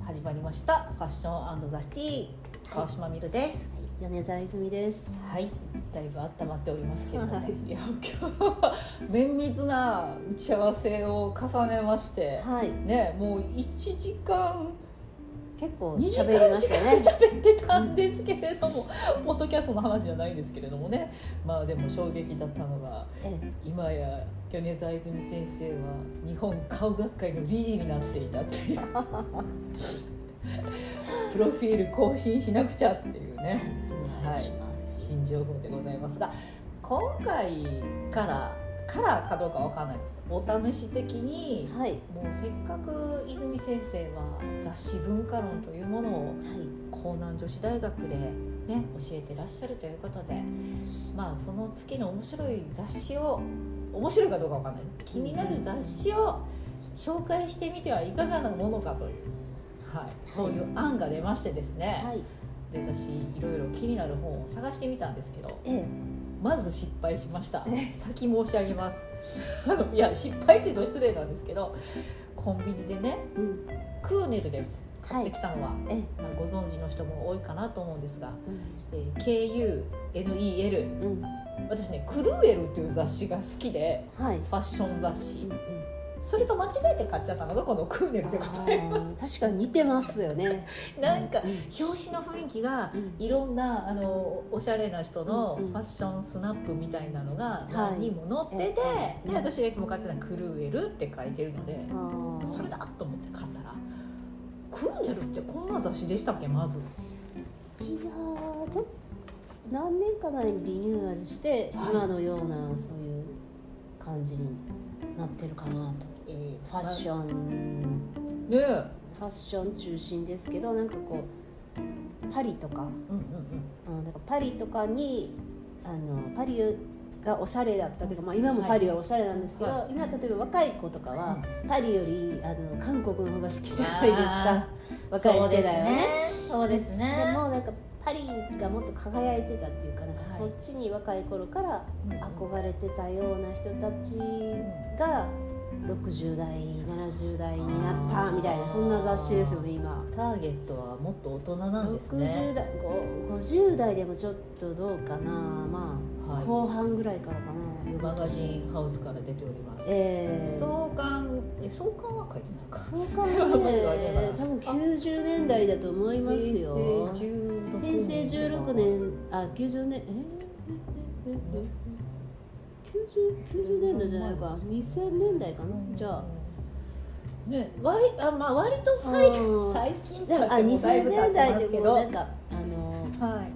始まりましたファッションザシティ川島みるです米沢泉です。はいだいぶ温まっておりますけれども、 はいい、や今日は綿密な打ち合わせを重ねまして、はい、ねもう1時間結構2時間喋りましたよね。喋ってたんですけれども、ポッドキャストの話じゃないんですけれどもねまあでも衝撃だったのがええ今や米沢泉先生は日本顔学会の理事になっていたっていうプロフィール更新しなくちゃっていうねお願いします。新情報でございますが今回からからかどうかわかんないですお試し的にはい、もうせっかく泉先生は雑誌「文化論」というものをは江南女子大学で、ね、教えてらっしゃるということで、まあ、その月の面白い雑誌を面白いかどうかわかんない気になる雑誌を紹介してみてはいかがなものかという、はい、そういう案が出ましてですね、い、はい、で私いろいろ気になる本を探してみたんですけどええ、まず失敗しましたえ先申し上げます あのいや失敗っていうのは失礼なんですけどコンビニでねうん、クーネルですは買ってい、きたのは、ええ、まあ、ご存知の人も多いかなと思うんですがうんえー KUNEL うん、私ね「クルエル」っていう雑誌が好きではい。ファッション雑う誌んうんそれと間違えて買っちゃったのがこの「クーネあル」でございまー確かに似てますよね。すなんかう表紙の雰囲気がうんいろんなあのおしゃれな人のうフんうんァッションスナップみたいなのがい何人も載ってて、うんで私がいつも買ってた「クルエル」って書いてるので、あーそれだと思って買ったら「クーネル」ってこんな雑誌でしたっけまず。いやーちょっ何年か前にリニューアルして、はい今のようなそういう感じになってるかなと。えーファッショョンン、ねえ、ファッション中心ですけど、なんかこうパリとか。うんうんうんうん、だからパリとかにあのパリがおしゃれだったというか、まあ、今もパリはおしゃれなんですけど、は今例えば若い子とかは、パリよりあの韓国の方が好きじゃないですあか若い世代はねそうですねでもなんかパリがもっと輝いてたっていうかなんかはいそっちに若い頃からうん憧れてたような人たちが60代70代になったみたいあなーそんな雑誌ですよね今。ターゲットはもっと大人なんです60ね代ご50代でもちょっとどうかなまあ、はい後半ぐらいからかなマガジンハウスから出ております、ええ創刊え創刊は書いてないかそうかねまずはねまだ多分90年代だと思いますよ平平成16年あ90年えええええええ 90, 90年代じゃないか2000年代かなじゃあねわいあまあ割と最う近ん最近でもあだってもうだい2000ぶ経年ってます代でけもどなんかあのはい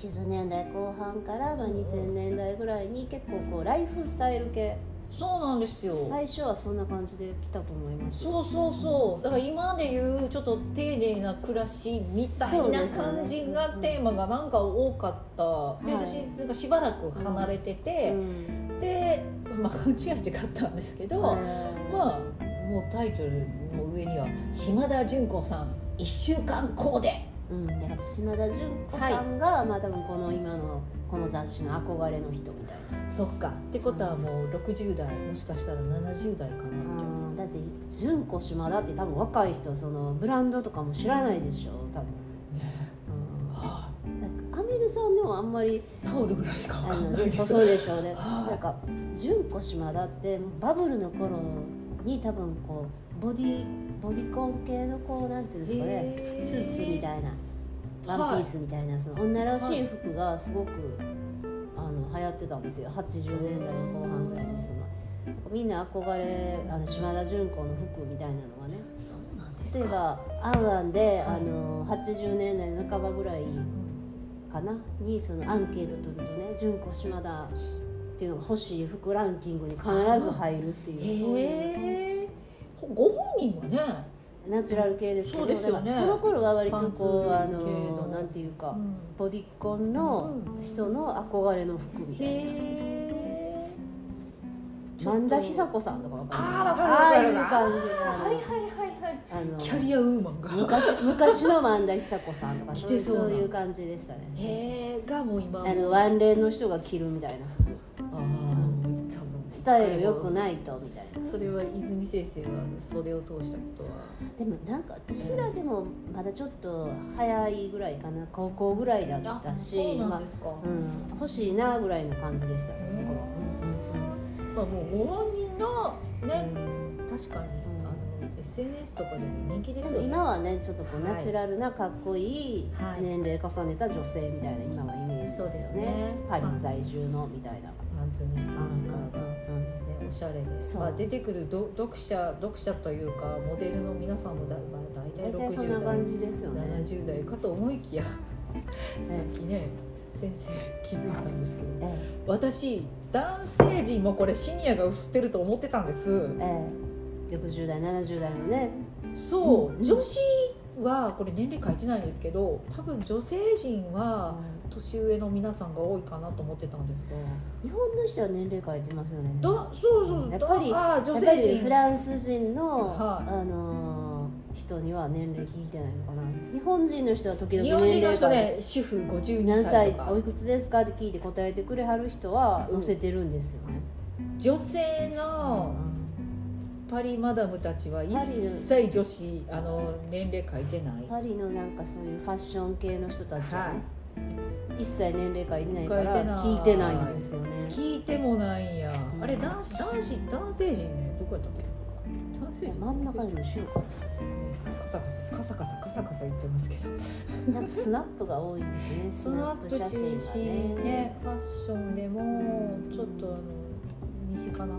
90年代後半からまあ2000年代ぐらいに結構こうライフスタイル系そうなんですよ最初はそんな感じで来たと思いますよそうそうそうだから今でいうちょっと丁寧な暮らしみたいな感じがそうですよねテーマがなんか多かったではい私なんかしばらく離れてて、んで、まあ、勘違いして買ったんですけど、まあまあもうタイトルの上には「島田純子さん1週間コーデうん、だから島田純子さんが、まあ多分この今のこの雑誌の憧れの人みたいな」そっかってことはもう60代もしかしたら70代かなってあーだって純子島田って多分若い人そのブランドとかも知らないでしょ多分、ねうん、なんかアミルさんでもあんまりタオルぐらいしかあわかんのないですそうでしょう ねはいなんか純子島田ってバブルの頃に多分こうボディボディコン系のこうなんていうんですかねへースーツみたいなワンピースみたいなその女らしい服がすごくあの流行ってたんですよ80年代の後半ぐらいにそのみんな憧れあの島田純子の服みたいなのがねそうなんです例えかば「アンアンで」あの80年代の半ばぐらいかなにそのアンケート取るとね「純子島田」っていうのが欲しい服ランキングに必ず入るっていうそういうへえご本人はねナチュラル系ですけどそうですよねだからその頃は割とこうパあンツ系ののなんていうかボディコンの人の憧れの服みたいな。へえ萬田久子さんとかわかるあーわかるわかるああいう感じのはいはいはいはいあ のキャリアウーマンが昔昔の萬田久子さん とか着そういてうそうなそういう感じでしたねへえがもう今あのワンレンの人が着るみたいな服あー多分スタイル良くないとみたいなそれは泉先生はそれを通したことはでもなんか私らでもまだちょっと早いぐらいかな高校ぐらいだったしそうまなあんですか、うん、欲しいなぐらいの感じでしたその頃まあ、もうご本人のね、確かに、うんあの SNS とかでも人気でですもよね今はねちょっとこうはいナチュラルなかっこいいはい年齢重ねた女性みたいな今はイメージそうでですすよねねパリ在住のみたいな。パンツにスニーカーがねうおしゃれで、そうまあ、出てくるど読者読者というかモデルの皆さんもだいまあんうんうん大大体体そんな感60じですよ代、ね。 70代かと思いきや、さっきね先生気づいたんですけどえ私男性陣もこれシニアが薄ってると思ってたんですえええ、60代70代のねそう、うん女子はこれ年齢書いてないんですけど多分女性陣は年上の皆さんが多いかなと思ってたんですが日本の人は年齢変えてますよね。だそうそうやっぱりだあーや女っぱ性り陣フランス人の、はいあのー人には年齢聞いてないのかな日本人の人は時々日本年人の齢人が、ね主婦52何歳歳とおいかくつですかって聞いて答えてくれはる人はうん載せてるんですよね、女性のうパリマダムたちは一切女子あの年齢書いてないんパリのなんかそういうファッション系の人たちは、ねは一切年齢書いてないから書いてない聞いてないんですよねい聞いてもないんやうんあれ男子男子男性陣ねどこやったっけ男性陣真ん中にもしようかカサカサカサカサカサカサ言ってますけどななんかスナップが多いんですね スナップ中心ねファッションでもちょっとあの身近な感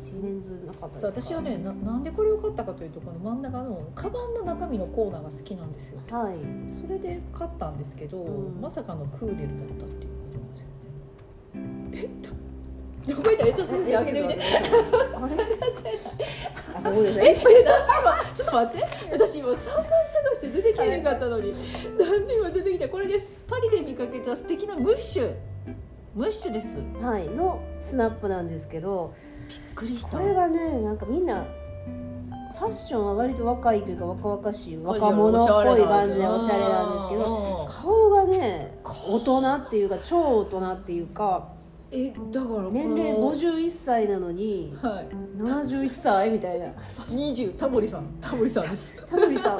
じメンズなかったですそかう私はねななんでこれを買ったかというとこの真ん中のカバンの中身のコーナーが好きなんですよはいそれで買ったんですけど、うんまさかのクーデルだったっていうことなんですよねえっとどこ行ったえちょっと先生開けてみてあれあごめんなさいちょっと待って私今散々探して出てきてなかったのになんで今出てきたこれですパリで見かけた素敵なムッシュムッシュですびっはい、のスナップなんですけどくりしたこれがねなんかみんなファッションは割と若いというか若々しい若者っぽい感じでおしゃれなんですけどど顔がね大人っていうか超大人っていうかえだからこの年齢51歳なのにはい71歳みたいな二十タモリさんタモリさんですタモリさ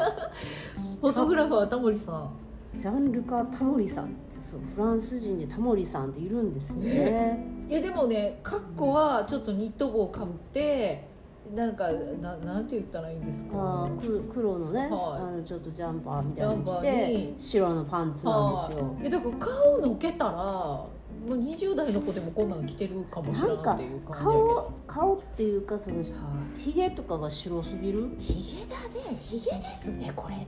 フォトグラファータモリさんんジャンルかタモリさんってそうフランス人でタモリさんっているんですねいやでもねカッコはちょっとニット帽をかぶってなんかななんて言ったらいいんですかあーく黒のね、はいあのちょっとジャンパーみたいなの着ジャンパーてに白のパンツなんですよはいえだから顔のけたらもう20代の子でもこんなの着てるかもしれないっていう感じやけど顔顔っていうかそのひげとかが白すぎるひげだねひげですねこれ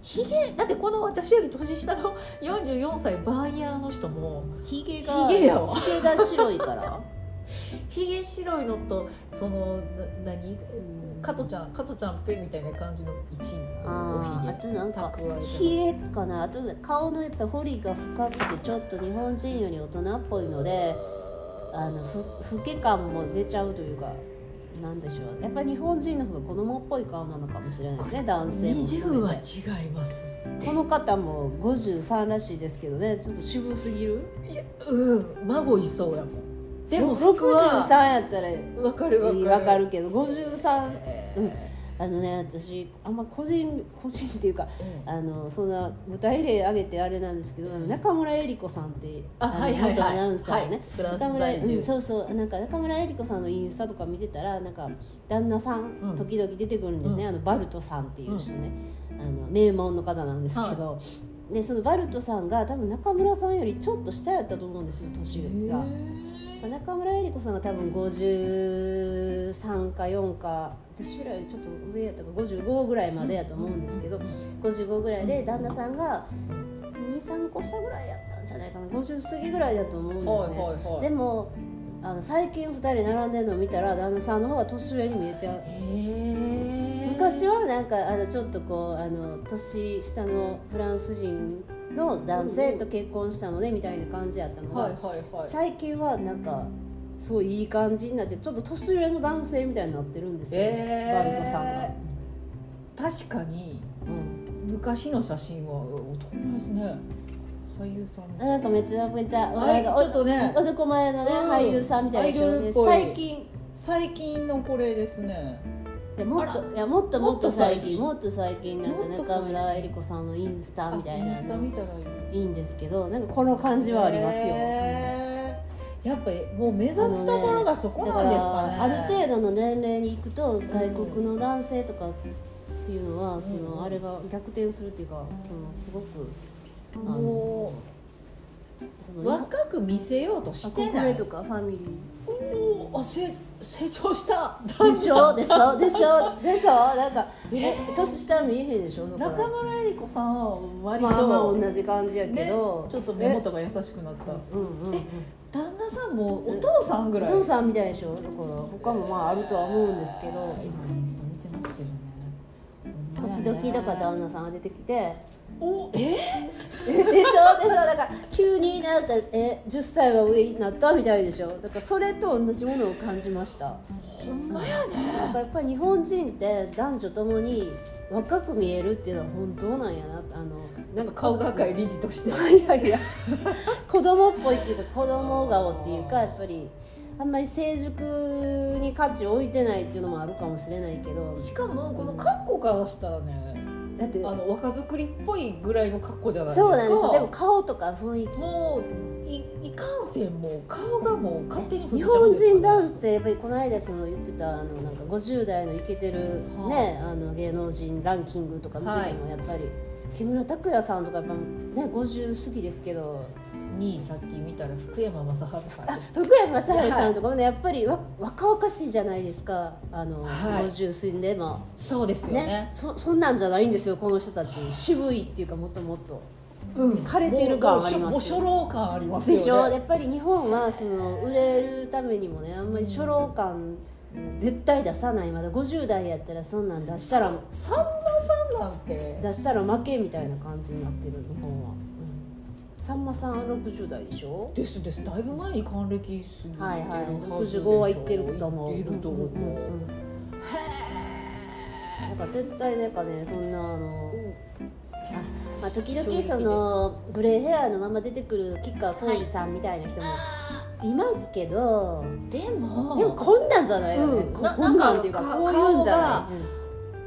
ひげだってこの私より年下の44歳バイヤーの人もひげがひげやわひげが白いから、ひげ白いのとそのな何加トちゃん加トちゃんペみたいな感じの一位あーあおとなんか蓄えてますひげかなあと顔のやっぱ彫りが深くてちょっと日本人より大人っぽいのであのふ老け感も出ちゃうというかなんでしょうやっぱり日本人の方が子供っぽい顔なのかもしれないですね男ひげ性も20含はめて違いますこの方も53らしいですけどねちょっと渋すぎるうん孫いそうやもんでも服63はやったらわかるわかるわかるけど53えうんあのね私あんま個人 個人っていうかーあのそんな具体例挙げてあれなんですけどあの中村江里子さんってあのはいはい元はアいナウンサーのね、フランス中村在うん、住そうそうなんか中村江里子さんのインスタとか見てたらなんか旦那さうんん時々出てくるんですね、うんあのバルトさんっていう人ね、あの名門の方なんですけど、でそのバルトさんが多分中村さんよりちょっと下やったと思うんですよ年が。まあ中村江里子さんが多分53か4か私らよりちょっと上やったか55ぐらいまでやと思うんですけど55ぐらいで旦那さんが23個下ぐらいやったんじゃないかな50過ぎぐらいだと思うんですね、はいはいはいでもあの最近2人並んでるのを見たら旦那さんの方が年上に見えちゃうへー昔はなんかあのちょっとこうあの年下のフランス人の男性と結婚したのねみたいな感じやったのが、はいはいはい最近はなんかすごいいい感じになってちょっと年上の男性みたいになってるんですよ、えーバルトさんが、確かにうん昔の写真は男前ですね俳優さんあなんかめちゃめちゃあいちょっとね男前のね、うん俳優さんみたいな人アイドルでっぽい最近最近のこれですねいやもっあといやもっともっと最近ももっと最近なんかもっと最中近村江里子さんのインスタみたいあイなンスタ見たらいいいいんですけどなんかこの感じはありますよ。へーやっぱりもう目指すところがそこだなかんらですかねある程度の年齢に行くと外国の男性とかっていうのは、んそのあれが逆転するっていうか、そのすごくあのもそうの若く見せようとして憧なれいとかファミリーおーあ成成長したでしょでしょでしょでしょなんか ええ年下見えへんでしょそこら 中村江里子さんは割と、まあまあ同じ感じやけど、ねちょっと目元が優しくなったえうんうんうん旦那さんもお父さんぐおらい父さんみたいでしょだから他もまああるとは思うんですけど今インスタ見てますけどねほんまや時ね々だから旦那さんが出てきておえでしょでさだから急になんかえ10歳は上になったみたいでしょだからそれと同じものを感じましたほんまやねなんかやっぱり日本人って男女ともに若く見えるっていうのは本当なんやなってあのなんか顔学会理事としていやいや子供っぽいっていうか子供顔っていうかやっぱりあんまり成熟に価値を置いてないっていうのもあるかもしれないけどしかもこの格好からしたらねだってあの若作りっぽいぐらいの格好じゃないですかそうなんですよでも顔とか雰囲気もういいかんせんもう顔がもう勝手に振っち日ゃうん本ですよ人男性やっぱりこの間その言ってたあのなんか50代のイケてる、ねあの芸能人ランキングとか見ててもやっぱり、木村拓哉さんとかやっぱね50過ぎですけどにさっき見たら福山雅治さんでした徳山雅治さんとかもね、やっぱりわ若々しいじゃないですかあの、はい50過ぎでも。そうですよねね、そそんなんじゃないんですよこの人たち渋いっていうかもっともっとうん枯れてる感ありもうます初老感ありますよでねしょやっぱり日本はその売れるためにもねあんまり初老感絶対出さないまだ50代やったらそんなん出したらさんまさんなんて出したら負けみたいな感じになってる日本は、うん、さんまさん60代でしょですですだいぶ前に還暦過ぎてるはいはいはずでしょ65は言ってると思う言ってると思う、んんうんうんなんか絶対なんかねそんなあの、まあ、時衝撃々ですそのグレーヘアのまま出てくる吉川晃司さんみたいな人もいますけど、でもでもこんなんじゃないよね、うんこなこんなんっていうかなんかこういうんじゃな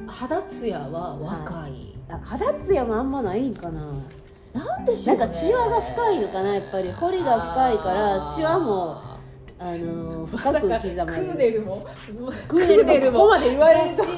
い、肌ツヤは若い、うんあ肌ツヤもあんまないんかな、なんでしょなうんねかシワが深いのかなやっぱり彫りが深いからシワもあのまさ深かくク刻まれーるネルもクーネルもここまで言われる雑誌の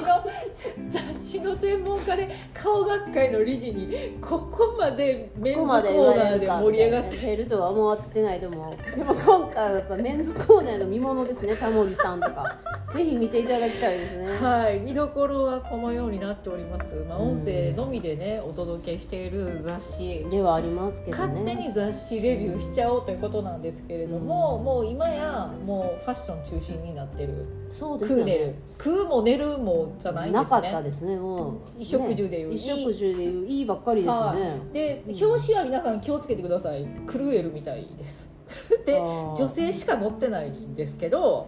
雑誌の専門家で顔学会の理事にここまでメンズコこーこまで言わナれーるでか盛りみ上たいがなって減るとは思ってないと思うでも今回はやっぱメンズコーナーの見ものですねタモリさんと かぜひ見ていただきたいですねはい、見どころはこのようになっております。まあ、うん音声のみでね、お届けしている雑誌。ではありますけど勝ね手に雑誌レビューしちゃおうということなんですけれども、もう今やもうファッション中心になってる、そうです食うよ寝ねる食うも寝るもじゃないんですねなかったですねもう衣食住でいうねいい衣食住でいういいばっかりですよねでうん表紙は皆さん気をつけてくださいクルエルみたいです であー女性しか載ってないんですけど、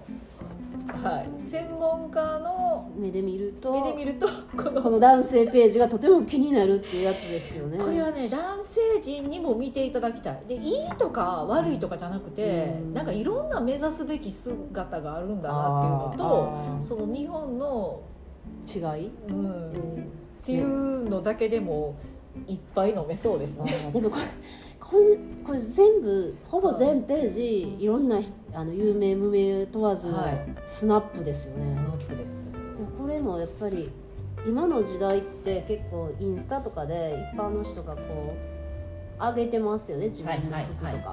はい、専門家の目で見ると目で見るとこのこの男性ページがとても気になるっていうやつですよねこれはね男性陣にも見ていただきたいでいいとか悪いとかじゃなくて、うんなんかいろんな目指すべき姿があるんだなっていうのとその日本の、と違い、うんうっんていうのだけでもいっぱい飲めそうですあね。ーでもこれこういうこれ全部ほぼ全ページいろんなひあの有名無名問わずはいスナップですよね、ップですでもこれもやっぱり今の時代って結構インスタとかで一般の人がこう上げてますよね自分の服とか、はいはい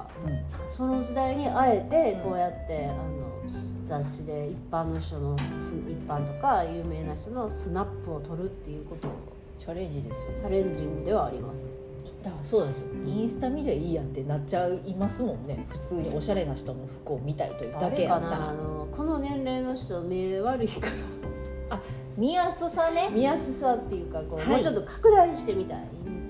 その時代にあえてうんこうやって、あの雑誌で一般の人のす一般とか有名な人のスナップを撮るっていうことをチャレンジですよチャレンジングではありますだからそうなんですよインスタ見りゃいいやんってなっちゃいますもんね普通におしゃれな人の服を見たいというだけやあっれたかなあらのこの年齢の人目悪いから 見やすさね見やすさっていうかこう、はいもうちょっと拡大してみたい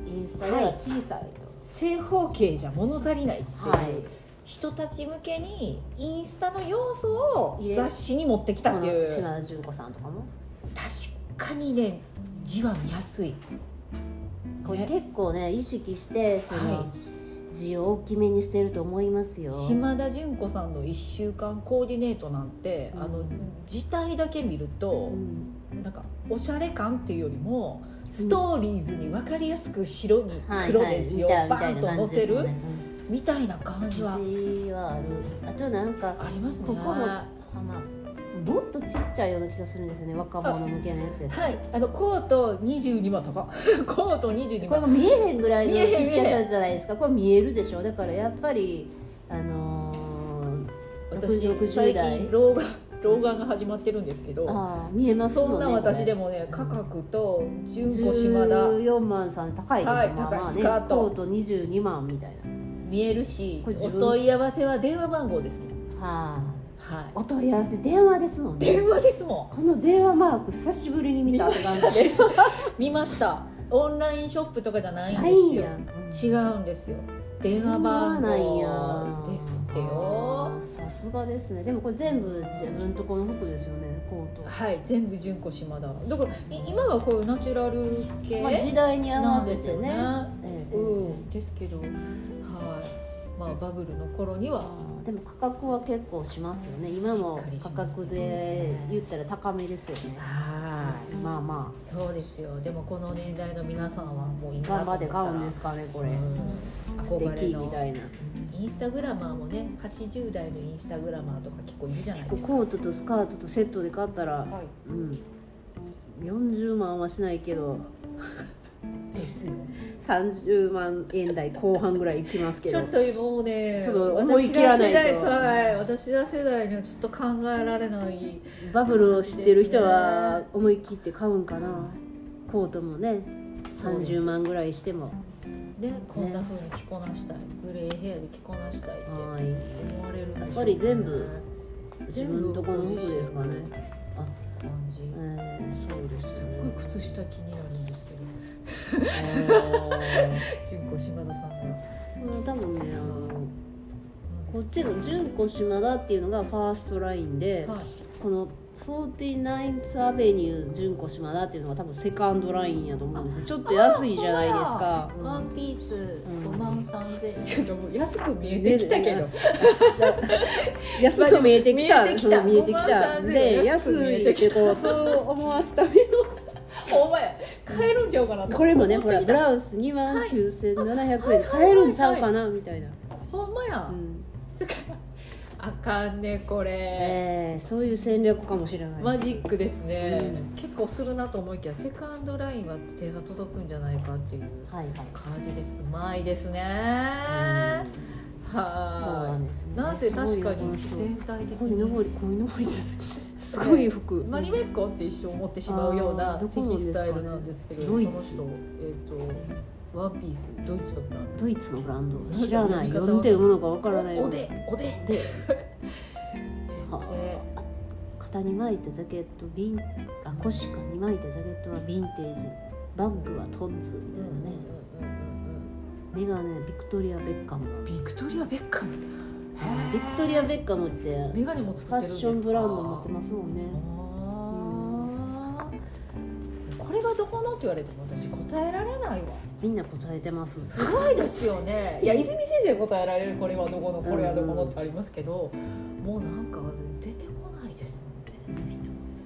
インインスタでははい小さい正方形じゃ物足りないってと、いう、人たち向けにインスタの要素を入れ雑誌に持ってきたっていうこ確の島田純子さんとかも、かにね字は見やすいこうね結構ね意識してその、は字字を大きめにしてると思いますよ。島田純子さんの1週間コーディネートなんて、うんあの字体だけ見るとう、んなんかおしゃれ感っていうよりもストーリーズに分かりやすく白に黒で字を見たみバたいーンなと感載じでせすよるね。みたいな感じはうん字はある。あとなんかありますね。ここのあまあもっとちっちゃいような気がするんですよね。若者向けのやつやったらはい、あのコート22万とか コート22これが万見えへんぐらいの見えへんちっち見えゃへさじゃないですかこれ見えるでしょだからやっぱりあのー私60最代近老眼老眼が始まってるんですけどあー見えますもんねそんな私でももね価格と純子島田14万さん高いですよ、はいまあまあ高いスねカートコート22万みたい見えるしおこれ自分問い合わせは電話番号ですもんなはあはいお問い合わせ電話ですもんね電話ですもこの電話マーク久しぶりにん見見たまってし感たじね見ましたオンラインショップとかじゃない んなでいんすよや違うんですよ電話番電話なん号やですってあよーさすがですねでもこれ全部自分とこの服ですよねコートはい全部純子島田だからい今はこういうナチュラル系まあ、時代に合なわんせですてよねね。ええうんですけどはいまあバブルの頃にはあーでも価格は結構しますよね。今もしっかりし価ます格で言ったら高めですよね。はいまあまそうですよでもこの年代の皆さんはもうあ今頑張って買うんですかねこれ。素憧れ敵のみたいな。インスタグラマーもね80代のインスタグラマーとか結構いるじゃない結構ですか、コートとスカートとセットで買ったら、うん、40万はしないけど、ですよ30万円台後半ぐらいいきますけちょどっ。ともうねちょっと思い切らないと私ら世代はい私ら世代にはちょっと考えられないバブルを知ってる人は思い切って買うんかな。コートもね、30万ぐらいしても。でこんな風に着こなしたいグレーヘアで着こなしたいってはい。思われるんでしょうねやっぱり全部自分とこの服ですかね。感じえー、そうですすっね。ごい靴下気になるんですけど純子島田さんがうん多分ね、あのこっちの純子島田っていうのがファーストラインで、はいこの 49th アベニュー純子島田っていうのが多分セカンドラインやと思うんですよ。ちょっと安いじゃないですか。うんワンピースうん5万3000円ちょっともう安く見えてきたけど安く見えてきた、見えてきたそう見えてきた5万3000で安安く見いえってきてたこうそう思わすためお前買えるんちゃうかなとこれもね思ほってきらブたラウス2万9700円で買えるんちゃうかなみたいな、ほんまやうんすごいあかんねこれえーそういう戦略かもしれないですマジックですねうん結構するなと思いきやセカンドラインは手が届くんじゃないかっていうはいはい感じですうまいですねうんそうなはんですねいなんせ確かにすごい全体的鯉のぼにり鯉のぼ りじゃないすごい服マリメッコって一生思ってしまうようあなーテどこなんキスですかタねイルなんですけどドイこのツ人えっとワンピースドイツだったらドイツのブランド知らななんいか読んでるものかわからないおでおででですっはてあ肩に巻いたジャケットビンあ腰かに巻いたジャケットはヴィンテージバッグはトッズみたいなね、メガネビクトリア・ベッカムビクトリア・ベッカムはいビクトリア・ベッカムってメガネも作ってるんですフかァッションブランド持ってますもんねあーこれはどこのって言われても私答えられ ないわみんな答えてますすごいですよねいや泉先生答えられるこれはどこのこれはどこのってありますけど、もうなんか出てこないですもんね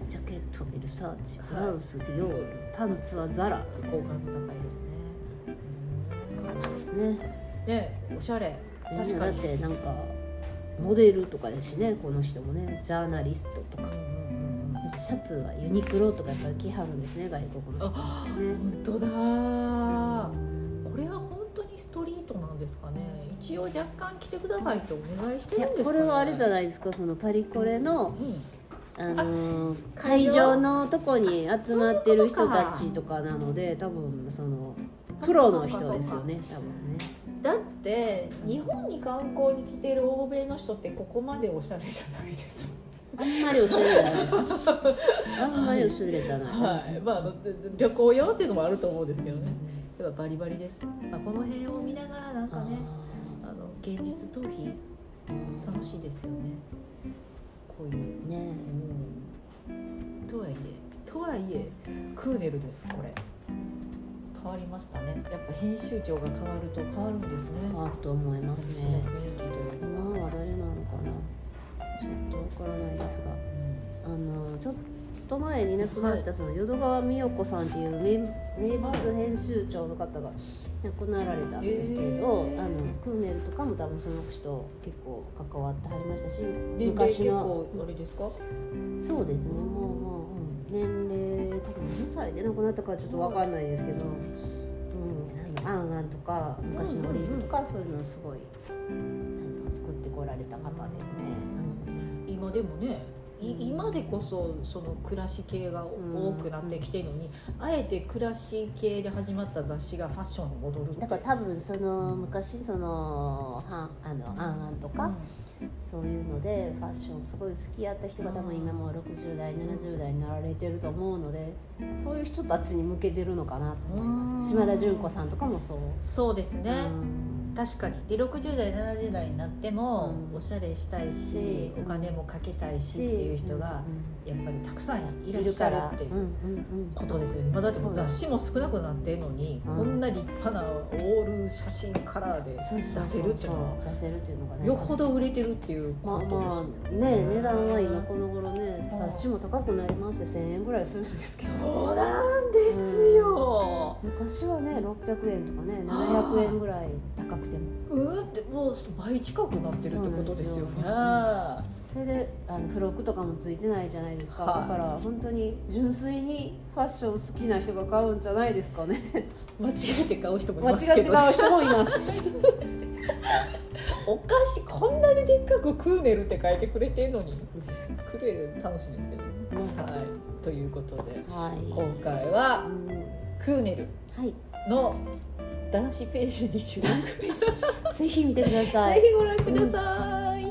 ジャケットベルサーチはいブラウスディオールパンツはザラみた好いな感度高いですね感じですねねおしゃれ確確かかにだってなんかモデルとかですしねこの人もねジャーナリストとうんかうんうんなんかシャツはユニクロとかやっぱり着はるんですね外国の人あね本当だーこれは本当にストリートなんですかね一応若干来てくださいってお願いしているやんですか、ね、これはあれじゃないですかそのパリコレの、うんあのー会会場場のとこに集まってる人たそういちうとかなので多分そのそっかプロの人ですよね多分ねだって日本に観光に来てる欧米の人ってここまでおしゃれじゃないですあんまりおしゃれじゃないあんまりおしゃれじゃない、はいまああの旅行用っていうのもあると思うんですけどねやっぱバリバリです、まあ、この辺を見ながらなんあかねあの現実逃避ー楽しいですよねこういう、ねうんとはいえとはいえクーネルですこれ変わりましたねやっぱ編集長が変わると変わるんですねあると思います雑誌のね雰囲気というか、今は誰なのかなちょっとわからないですがあのちょっと前に亡くなったその淀川美代子さんっていう名名物編集長の方が亡くなられたんですけれど、えーあのクーネルとかも多分その人結構関わってはりましたし年齢昔結の構あれですかそうですねもうもう、うん、年齢多分2歳で亡くなったからちょっとわかんないですけど、うん、あのアンアンとか昔のオリーブとかそういうのすごいあの作ってこられた方ですね。今でもねいうん今でこそその暮らし系がん多くなってきてるのに、あえて暮らし系で始まった雑誌がファッションに戻るってだから多分その昔そのはあのアンアンとか、そういうのでファッションすごい好きやった人が多分今もう60代70代になられてると思うのでそういう人たちに向けてるのかなと思いますうん島田純子さんとかもそう、そうですね、うん確かにで60代70代になってもうんおしゃれしたいし、うんお金もかけたいしっていう人がやっぱりたくさんうんいらっしゃるっていうんううんうんことですよね、まあだってそう雑誌も少なくなってるのに、うんこんな立派なオール写真カラーでそうそう出そせうるっていうのは出せるっていうのがねよほど売れてるっていうこまあとですまよあね値段は今この頃ねうん雑誌も高くなりまして1000円ぐらいするんですけどそうなんですよ、昔はね600円とかね700円ぐらい高くてもうん、ってもう倍近くなってるってことですよねそうなそれであの付録とかもついてないじゃないですか、はいだから本当に純粋にファッション好きな人が買うんじゃないですかね間違えて買う人もい間ますけ違ってど、買う人もいます お菓子こんなにでっかくクーネルって書いてくれてんのにクーネル楽しみですけどねはいということではい、今回うはんクーネルはいの男子ページに注目スペシャルぜひ見てくださいぜひご覧ください。